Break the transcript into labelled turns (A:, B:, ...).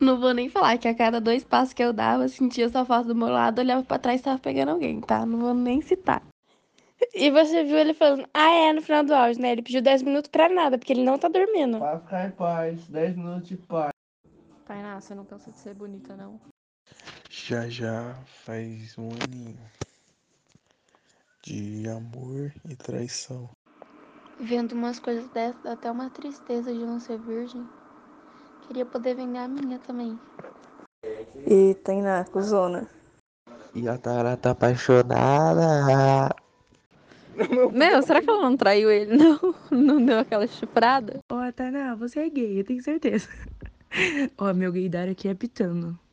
A: Não vou nem falar que a cada dois passos que eu dava, sentia sua falta do meu lado, olhava pra trás e tava pegando alguém, tá? Não vou nem citar.
B: E você viu ele falando, ah, é, no final do áudio, né? Ele pediu 10 minutos pra nada, porque ele não tá dormindo.
C: Vai ficar em paz, 10 minutos de paz.
D: Tainá, você não cansa de ser bonita, não.
E: Já já faz um aninho de amor e traição.
A: Vendo umas coisas dessas, dá até uma tristeza de não ser virgem. Queria poder vingar a minha também.
F: E Tainá, cuzona.
G: E a Tara tá apaixonada.
D: Meu, será que ela não traiu ele, não? Não deu aquela chuprada?
H: Ó, Tainá, você é gay, eu tenho certeza. Ó, meu gaydar aqui é pitando.